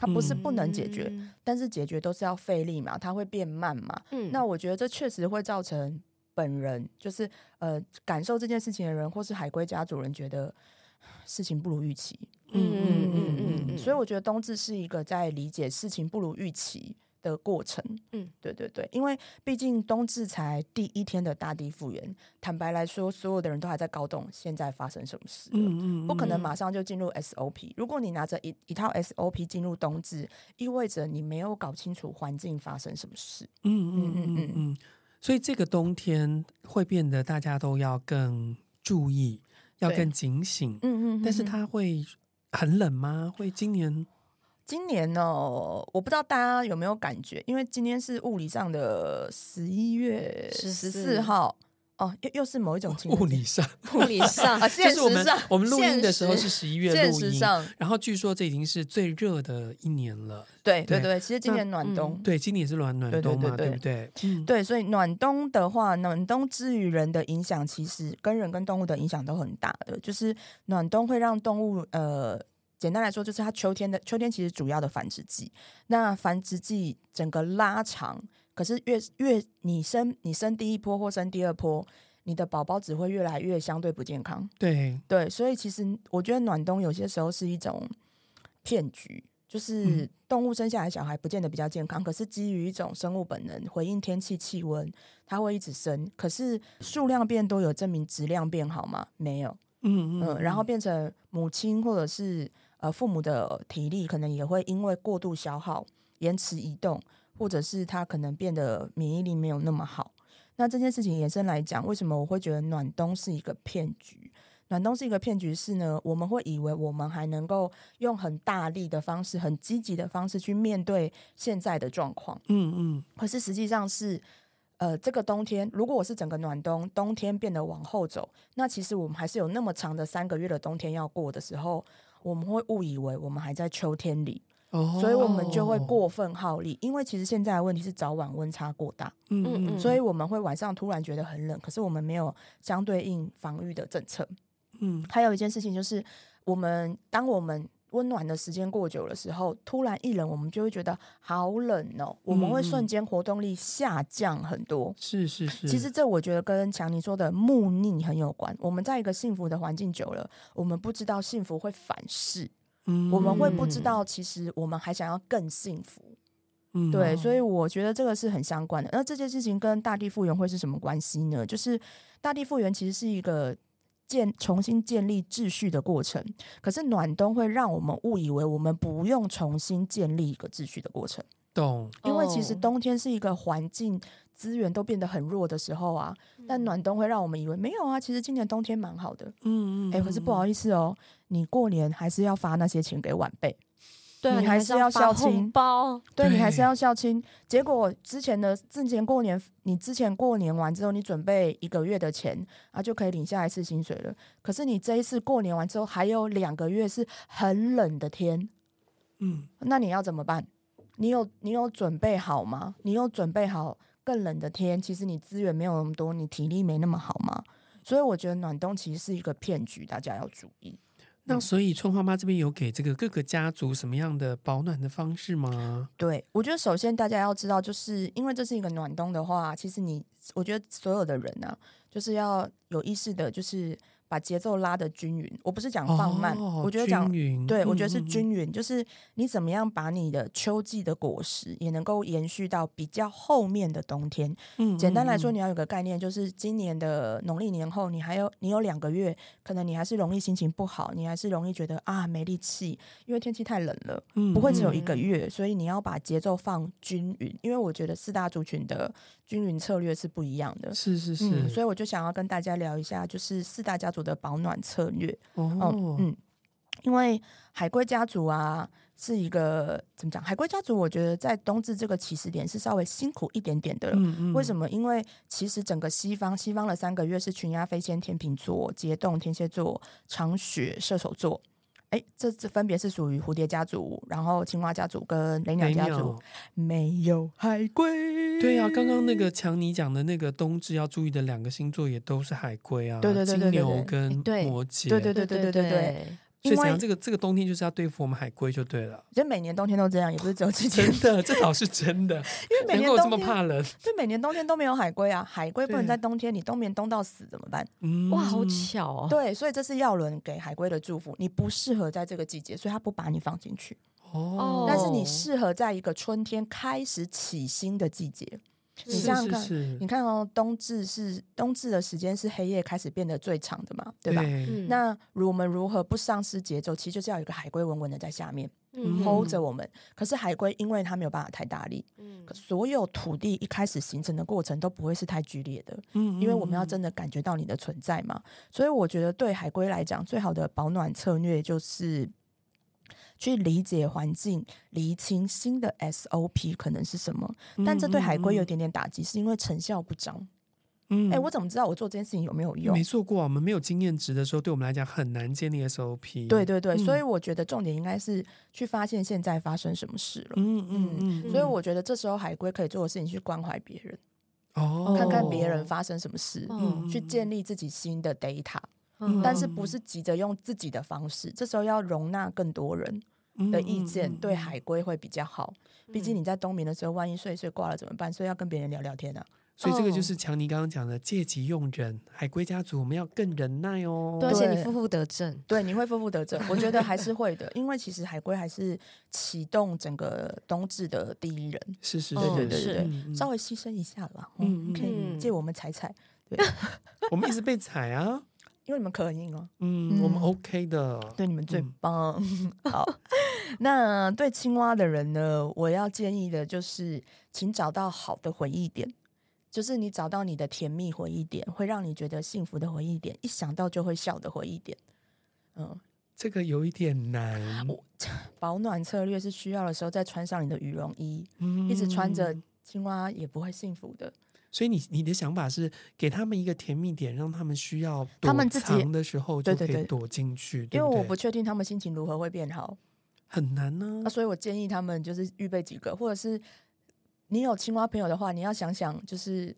它不是不能解决，嗯但是解决都是要费力嘛，它会变慢嘛。嗯那我觉得这确实会造成本人就是呃感受这件事情的人，或是海龟家主人觉得事情不如预期。嗯嗯嗯嗯，所以我觉得冬至是一个在理解事情不如预期的过程。嗯，对对对，因为毕竟冬至才第一天的大地复原，坦白来说，所有的人都还在搞懂现在发生什么事了。嗯嗯，不可能马上就进入 SOP。如果你拿着一一套 SOP 进入冬至，意味着你没有搞清楚环境发生什么事。嗯嗯嗯嗯嗯，所以这个冬天会变得大家都要更注意，要更警醒。嗯嗯但是它会很冷吗？会今年今年呢、我不知道大家有没有感觉，因为今天是物理上的十一月十四14号哦，又又是某一种情人节物理 上，物理上啊，就现是我们实上，我们录音现的时候实是十一月现录实音，上，然后据说这已经是最热的一年了。对对对对，其实今那年暖嗯冬。对，今年也是暖暖对对冬嘛，对不对？嗯，对，所以暖冬的话，暖冬之于人的影响，其实跟人跟动物的影响都很大的。就是暖冬会让动物，呃，简单来说，就是它秋天的秋天其实主要的繁殖季，那繁殖季整个拉长，可是越越你生你生第一波或生第二波，你的宝宝只会越来越相对不健康。对，对，所以其实我觉得暖冬有些时候是一种骗局，就是嗯动物生下来小孩不见得比较健康，可是基于一种生物本能回应天气气温，它会一直生。可是数量变多有证明质量变好吗？没有，嗯嗯、嗯，然后变成母亲或者是呃父母的体力可能也会因为过度消耗延迟移动，或者是他可能变得免疫力没有那么好。那这件事情延伸来讲，为什么我会觉得暖冬是一个骗局？暖冬是一个骗局是呢，我们会以为我们还能够用很大力的方式、很积极的方式去面对现在的状况。嗯嗯可是实际上是，呃，这个冬天，如果我是整个暖冬，冬天变得往后走，那其实我们还是有那么长的三个月的冬天要过的时候，我们会误以为我们还在秋天里，哦，所以我们就会过分耗力，因为其实现在的问题是早晚温差过大，嗯，嗯嗯嗯，嗯所以我们会晚上突然觉得很冷，可是我们没有相对应防御的政策。嗯还有一件事情就是，我们当我们温暖的时间过久的时候，突然一冷，我们就会觉得好冷哦，我们嗯会瞬间活动力下降很多。是是是，其实这我觉得跟强尼说的木逆很有关。我们在一个幸福的环境久了，我们不知道幸福会反噬，嗯我们会不知道其实我们还想要更幸福。嗯对，哦所以我觉得这个是很相关的。那这件事情跟大地复原会是什么关系呢？就是大地复原其实是一个建重新建立秩序的过程，可是暖冬会让我们误以为我们不用重新建立一个秩序的过程，懂因为其实哦冬天是一个环境资源都变得很弱的时候啊，嗯但暖冬会让我们以为没有啊，其实今年冬天蛮好的。嗯嗯，哎，可是不好意意思哦，你过年还是要发那些钱给晚辈。对啊，你还是要发孝红亲包，对你还对是要孝亲。结果之前的之前过年，你之前过年完之后，你准备一个月的钱啊，就可以领下一次薪水了。可是你这一次过年完之后，还有两个月是很冷的天，嗯那你要怎么办？你有你有准备好吗？你有准备好更冷的天？其实你资源没有那么多，你体力没那么好吗？所以我觉得暖冬其实是一个骗局，大家要注意。那所以春花妈这边有给这个各个家族什么样的保暖的方式吗？对，我觉得首先大家要知道，就是因为这是一个暖冬的话，其实你，我觉得所有的人啊，就是要有意识的，就是把节奏拉的均匀。我不是讲放慢，哦我觉得讲均，匀，对嗯我觉得是，均嗯匀，就是你怎么样把你的秋季的果实也能够延续到比较后面的冬天。嗯嗯简单来说，嗯你要有个概念，就是今年的农历年后，你还有你有两个月，可能你还是容易心情不好，你还是容易觉得啊没力气，因为天气太冷了。嗯不会只有嗯一个月，所以你要把节奏放均匀，因为我觉得四大族群的均匀策略是不一样的。是是嗯，是，所以我就想要跟大家聊一下，就是四大家族的保暖策略。哦哦，嗯，因为海龟家族啊是一个怎么讲？海龟家族我觉得在冬至这个起始点是稍微辛苦一点点的了。嗯嗯为什么？因为其实整个西方，西方的三个月是群鸭飞仙、天秤座、结冻、天蝎座、长雪、射手座。哎，这这分别是属于蝴蝶家族，然后青蛙家族跟雷鸟没家族，没有海龟。对啊，刚刚那个强尼讲的那个冬至要注意的两个星座也都是海龟啊，对对对对对金牛对跟对摩羯，对对对对对对对，所对，因以怎为样？这个这个冬天就是要对付我们海龟就对 了，就每年冬天都这样，也不是只有之前真，的，这倒是真的，因为每难年怪我这么冬天，怕冷，对，每年冬天都没有海龟啊，海龟不能对在冬天，你冬眠冬到死怎么办？嗯，哇，好巧哦。对，所以这是耀伦给海龟的祝福，你不适合在这个季节，所以他不把你放进去。哦，但是你哦适合在一个春天开始起新的季节。是你想想是看，是嗯你是，看哦，冬至是冬至的时间是黑夜开始变得最长的嘛，对吧？对，嗯那如我们如何不丧失节奏？其实就是要有一个海龟稳稳的在下面嗯 hold 着我们。可是海龟因为它没有办法太大力，嗯可所有土地一开始形成的过程都不会是太剧烈的，嗯因为我们要真的感觉到你的存在嘛。所以我觉得对海龟来讲，最好的保暖策略就是去理解环境，厘清新的 SOP 可能是什么。嗯但这对海龟有，点点打击，是因为成效不彰。嗯嗯嗯嗯哎、我怎么知道我做这件事情有没有用没？做过啊，我们没有经验值的时候，对我们来讲很难建立 SOP，对，对对，嗯所以我觉得重点应该是去发现现在发生什么事了。嗯嗯嗯，所以我觉得这时候海龟可以做的事情，去关怀别人，哦，看看别人发生什么事，嗯去建立自己新的 data。嗯但是不是急着用自己的方式，这时候要容纳更多人嗯的意见，对海龟会比较好。毕竟你在冬眠的时候，万一睡一睡挂了怎么办？所以要跟别人聊聊天啊。所以这个就是强尼刚刚讲的借机用人，海龟家族我们要更忍耐哦。对，而且你对负负得正，对，你会负负得正，我觉得还是会的，因为其实海龟还是启动整个冬至的第一人，是是对哦是对对是对嗯稍嗯微牺牲一下啦，嗯嗯，嗯可以嗯借我们踩踩，我们一直被踩啊，因为你们可以哦，嗯，我们 嗯 OK 的，对，你们最嗯 棒。好，那对青蛙的人呢，我要建议的就是，请找到好的回忆点，就是你找到你的甜蜜回忆点，会让你觉得幸福的回忆点，一想到就会笑的回忆点。嗯，这个有一点难，保暖策略是需要的时候再穿上你的羽绒衣，嗯一直穿着。青蛙也不会幸福的，所以你你的想法是给他们一个甜蜜点，让他们需要他躲们自己藏的时候对就可对以对躲进去，对因为我不不啊对确定他们心情如何会变好，很难呢那、。所以我建议他们就是预备几个，或者是你有青蛙朋友的话，你要想想，就是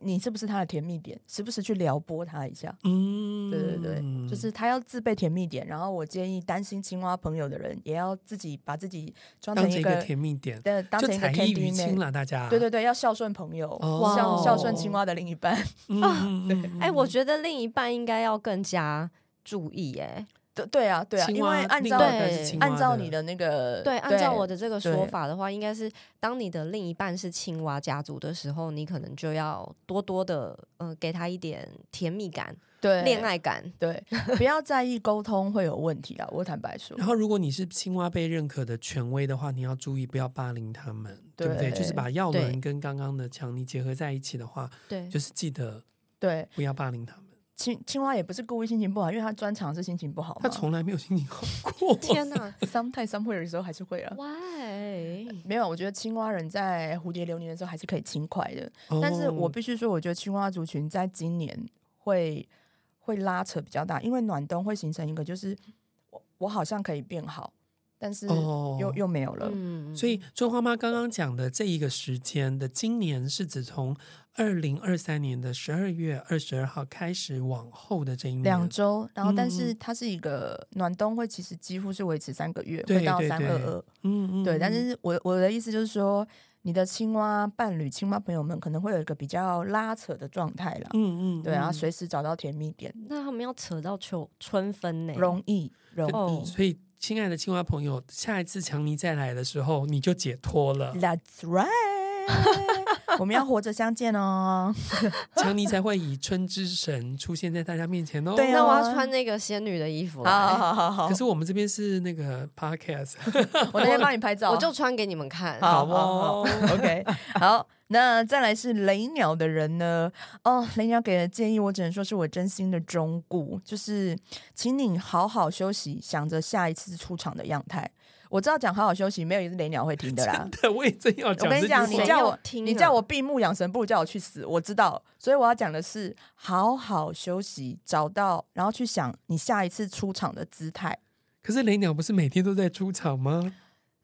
你是不是他的甜蜜点，时不时去撩拨他一下。嗯，对对对，就是他要自备甜蜜点，然后我建议担心青蛙朋友的人，也要自己把自己装当成成一一个个甜蜜点，对，当就成一个才艺 candy 于亲 man。了，大家。对对对，要孝顺朋友，哦孝孝顺青蛙的另一半，嗯，嗯嗯嗯哎，我觉得另一半应该要更加注意，哎，对对啊对啊，青因蛙为按另照外一半是对青蛙按照你的那个对，按照我的这个说对法的话，应该是当你的另一半是青蛙家族的时候，你可能就要多多的呃给他一点甜蜜感、对恋爱感。对，不要在意沟通会有问题啊，我坦白说然，后，如果你是青蛙被认可的权威的话，你要注意不要霸凌他们，对不对？对就是把耀伦对跟刚刚的强尼结合在一起的话，对，就是记得对，不要霸凌他们。青青蛙也不是故意心情不好，因为它专长是心情不好嘛。他从来没有心情好过。天哪 sometime somewhere 的时候还是会啊。 ，Why？没有，我觉得青蛙人在蝴蝶流年的时候还是可以轻快的， 哦但是我必须说，我觉得青蛙族群在今年会会拉扯比较大，因为暖冬会形成一个就是我我好像可以变好，但是又、哦又没有了。嗯所以春花妈刚刚讲的这一个时间的，今年是指从二零二三年的十二月二十二号开始往后的这一年，两周，然后但是嗯它是一个暖冬，会其实几乎是维持三个月，对会到对三对二二。嗯，嗯嗯，对，但是我我的意思就是说，你的青蛙伴侣、青蛙朋友们可能会有一个比较拉扯的状态啦。嗯嗯，对啊，嗯随时找到甜蜜点，那他们要扯到秋春分呢？容易容哦易。所以亲爱的青蛙朋友，下一次强尼再来的时候，你就解脱了， That's right，我们要活着相见哦。 强尼才会以春之神出现在大家面前哦。对哦那我要啊穿那个仙女的衣服来，好好好好，可是我们这边是那个 podcast， 我那天帮你拍照，我就穿给你们看。好好好哦好 OK，好。那再来是雷鸟的人呢？哦，雷鸟给的建议，我只能说是我真心的忠顾，就是请你好好休息，想着下一次出场的样态。我知道讲好好休息，没有一只雷鸟会听的啦。对，我也真要我讲跟你这句讲，话。你谁叫要我，听你啊叫我闭目养神，不如叫我去死。我知道，所以我要讲的是，好好休息，找到，然后去想你下一次出场的姿态。可是雷鸟不是每天都在出场吗？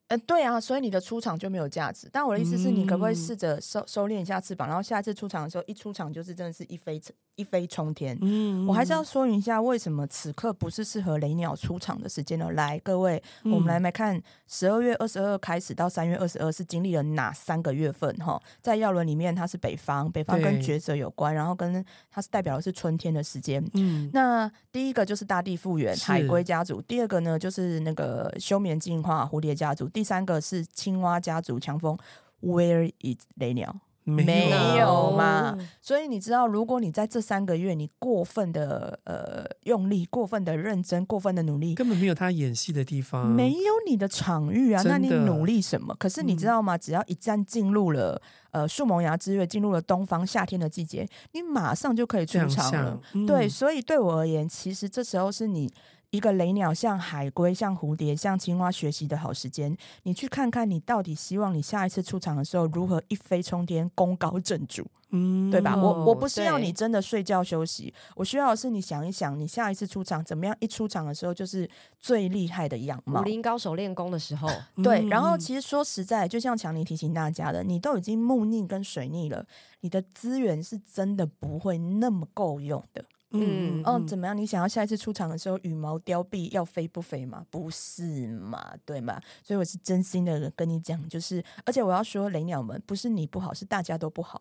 呃，对啊，所以你的出场就没有价值。但我的意思是，你可不可以嗯试着收收敛一下翅膀，然后下一次出场的时候，一出场就是真的是一飞一飞冲天。嗯我还是要说明一下，为什么此刻不是适合雷鸟出场的时间呢？来，各位，我嗯们来来看，十二月二十二开始到三月二十二是经历了哪三个月份？哈，在药轮里面，它是北方，北方跟对抉择有关，然后跟它是代表的是春天的时间。嗯那第一个就是大地复原，是海龟家族；第二个呢就是那个休眠进化，蝴蝶家族；第三个是青蛙家族，强风。Where is 雷鸟？没啊有嘛？所以你知道，如果你在这三个月你过分的呃用力、过分的认真、过分的努力，根本没有他演戏的地方，没有你的场域啊，嗯真那你的嗯努力什么？可是你知道吗？只要一旦进入了呃树萌芽之月，进入了东方夏天的季节，你马上就可以这出样场了像。，嗯对，所以对我而言，其实这时候是你一个雷鸟、像海龟、像蝴蝶、像青蛙学习的好时间。你去看看，你到底希望你下一次出场的时候如何一飞冲天、功高震主，嗯对吧？我我不是要对你真的睡觉休息，我需要的是你想一想，你下一次出场怎么样？一出场的时候就是最厉害的样武貌。林高手练功的时 候，对，然后嗯其实说实在，就像强尼提醒大家的，你都已经木逆跟水逆了，你的资源是真的不会那么够用的。嗯哦，怎么样？你想要下一次出场的时候，羽毛凋敝要飞不飞吗？不是嘛，对吗？所以我是真心的跟你讲，就是，而且我要说，雷鸟们不是你不好，是大家都不好。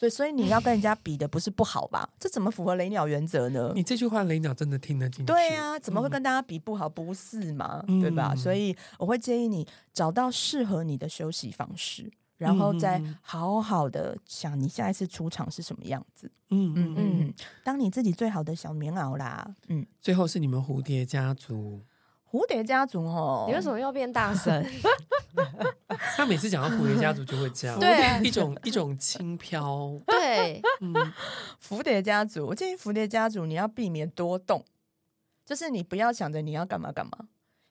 对，所以你要跟人家比的不是不好吧？这怎么符合雷鸟原则呢？你这句话雷鸟真的听得进去，对啊，怎么会嗯跟大家比不好？不是嘛，嗯对吧？所以我会建议你找到适合你的休息方式，然后再嗯嗯嗯好好的想你下一次出场是什么样子。嗯嗯嗯嗯，嗯，当你自己最好的小棉袄啦。嗯，最后是你们蝴蝶家族，蝴蝶家族哦，你为什么要变大神？他每次讲到蝴蝶家族就会 这样，对啊一种一种轻飘， 对，嗯，蝴蝶家族？我建议蝴蝶家族你要避免多动，就是你不要想着你要干嘛干嘛，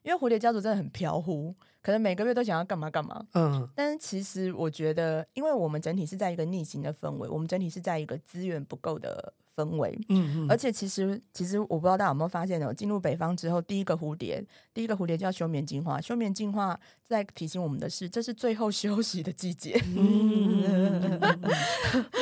因为蝴蝶家族真的很飘忽，可能每个月都想要干嘛干嘛。嗯但是其实我觉得，因为我们整体是在一个逆行的氛围，我们整体是在一个资源不够的氛围，嗯嗯，而且其实，其实我不知道大家有没有发现哦，进入北方之后，第一个蝴蝶，第一个蝴蝶叫休眠进化。休眠进化在提醒我们的是，这是最后休息的季节。嗯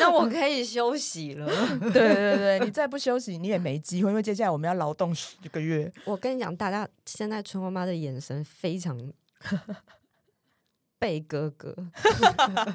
那我可以休息了。 对对对，你再不休息，你也没机会，因为接下来我们要劳动十个月。 我跟你讲，大家现在春花妈的眼神非常 被哥哥，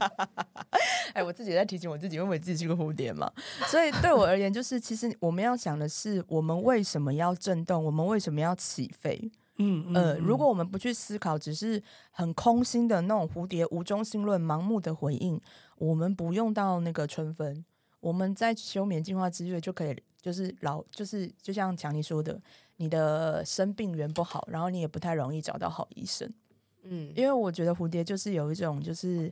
哎，我自己也在提醒我自己，因为我自己是个蝴蝶嘛，所以对我而言，就是其实我们要想的是，我们为什么要震动，我们为什么要起飞？嗯呃，如果我们不去思考，只是很空心的那种蝴蝶无中心论、盲目的回应，我们不用到那个春分，我们在休眠进化之月就可以，就是老，就是就像强尼说的，你的生病源不好，然后你也不太容易找到好医生，嗯，因为我觉得蝴蝶就是有一种就是。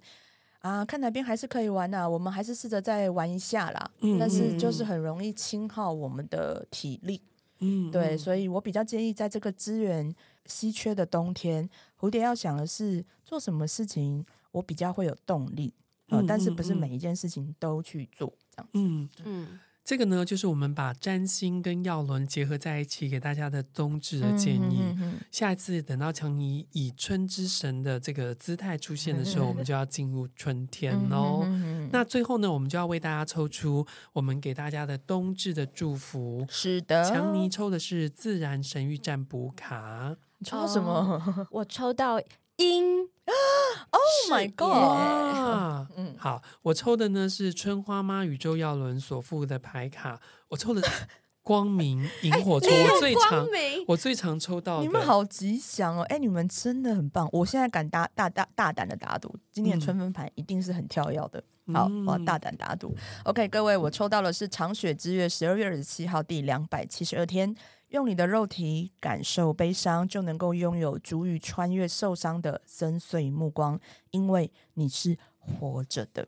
啊，看哪边还是可以玩呐、我们还是试着再玩一下啦。嗯但是就嗯是很容易侵耗我们的体力，嗯对，所以我比较建议在这个资源稀缺的冬天，蝴蝶要想的是做什么事情我比较会有动力，呃，嗯但是嗯不是嗯每一件事情都去做这样子。嗯。嗯，这个呢，就是我们把占星跟药轮结合在一起，给大家的冬至的建议。嗯嗯嗯下一次等到强尼以春之神的这个姿态出现的时候，我们就要进入春天嗯喽。嗯嗯嗯嗯那最后呢，我们就要为大家抽出我们给大家的冬至的祝福。是的，强尼抽的是自然神域占卜卡，你抽到什么我抽到鹰？Oh my 是 god！哇，嗯啊好，我抽的呢是春花妈宇宙耀伦所附的牌卡，我抽的 光明哎萤火虫，我最常明，我最常抽到的，你们好吉祥哦！哎、你们真的很棒！我现在敢大大大大胆的打赌，今年嗯春分盘一定是很跳跃的。好，我要嗯大胆打赌。OK，各位，我抽到的是长雪之月十二月二十七号第两百七十二天。用你的肉体感受悲伤，就能够拥有足以穿越受伤的深邃目光，因为你是活着的。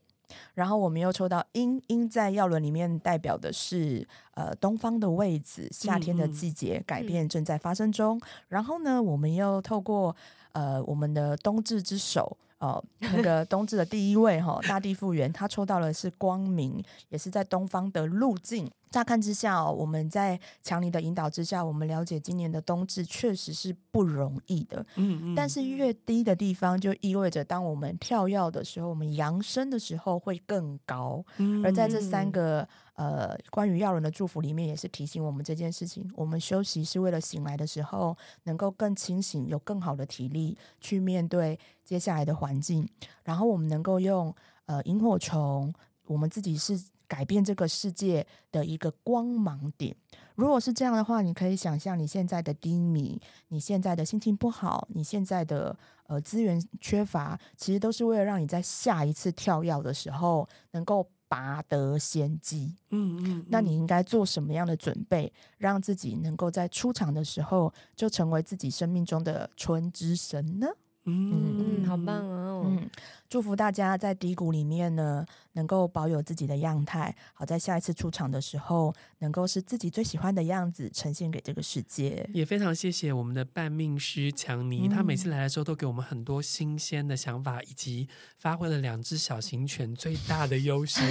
然后我们又抽到鹰，鹰在药轮里面代表的是呃东方的位置，夏天的嗯嗯季节，改嗯变正在发生中。然后呢，我们又透过呃我们的冬至之手。哦，那个冬至的第一位哈、大地复原，他抽到的是光明，也是在东方的路径。乍看之下、哦，我们在强力的引导之下，我们了解今年的冬至确实是不容易的。嗯嗯，但是越低的地方，就意味着当我们跳跃的时候，我们扬升的时候会更高。嗯而在这三个呃关于要人的祝福里面，也是提醒我们这件事情：我们休息是为了醒来的时候能够更清醒，有更好的体力去面对接下来的环境。然后我们能够用呃萤火虫，我们自己是改变这个世界的一个光芒点。如果是这样的话，你可以想象你现在的低迷，你现在的心情不好，你现在的呃资源缺乏，其实都是为了让你在下一次跳跃的时候能够拔得先机。嗯嗯嗯，那你应该做什么样的准备，让自己能够在出场的时候就成为自己生命中的春之神呢？嗯嗯，好棒哦，嗯，祝福大家在低谷里面呢，能够保有自己的样态，好在下一次出场的时候，能够是自己最喜欢的样子呈现给这个世界。也非常谢谢我们的半命师强尼，他每次嗯来的时候都给我们很多新鲜的想法，以及发挥了两只小型犬最大的 优势，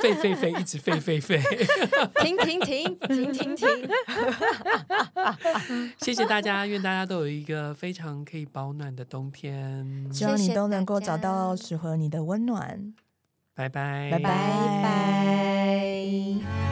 吠吠吠，一直吠吠吠。停停停停停停， 谢谢大家，愿大家都有一个非常可以保暖的冬天。希望你嗯谢谢都能够大找到家适合你的温暖。拜拜，拜拜拜拜。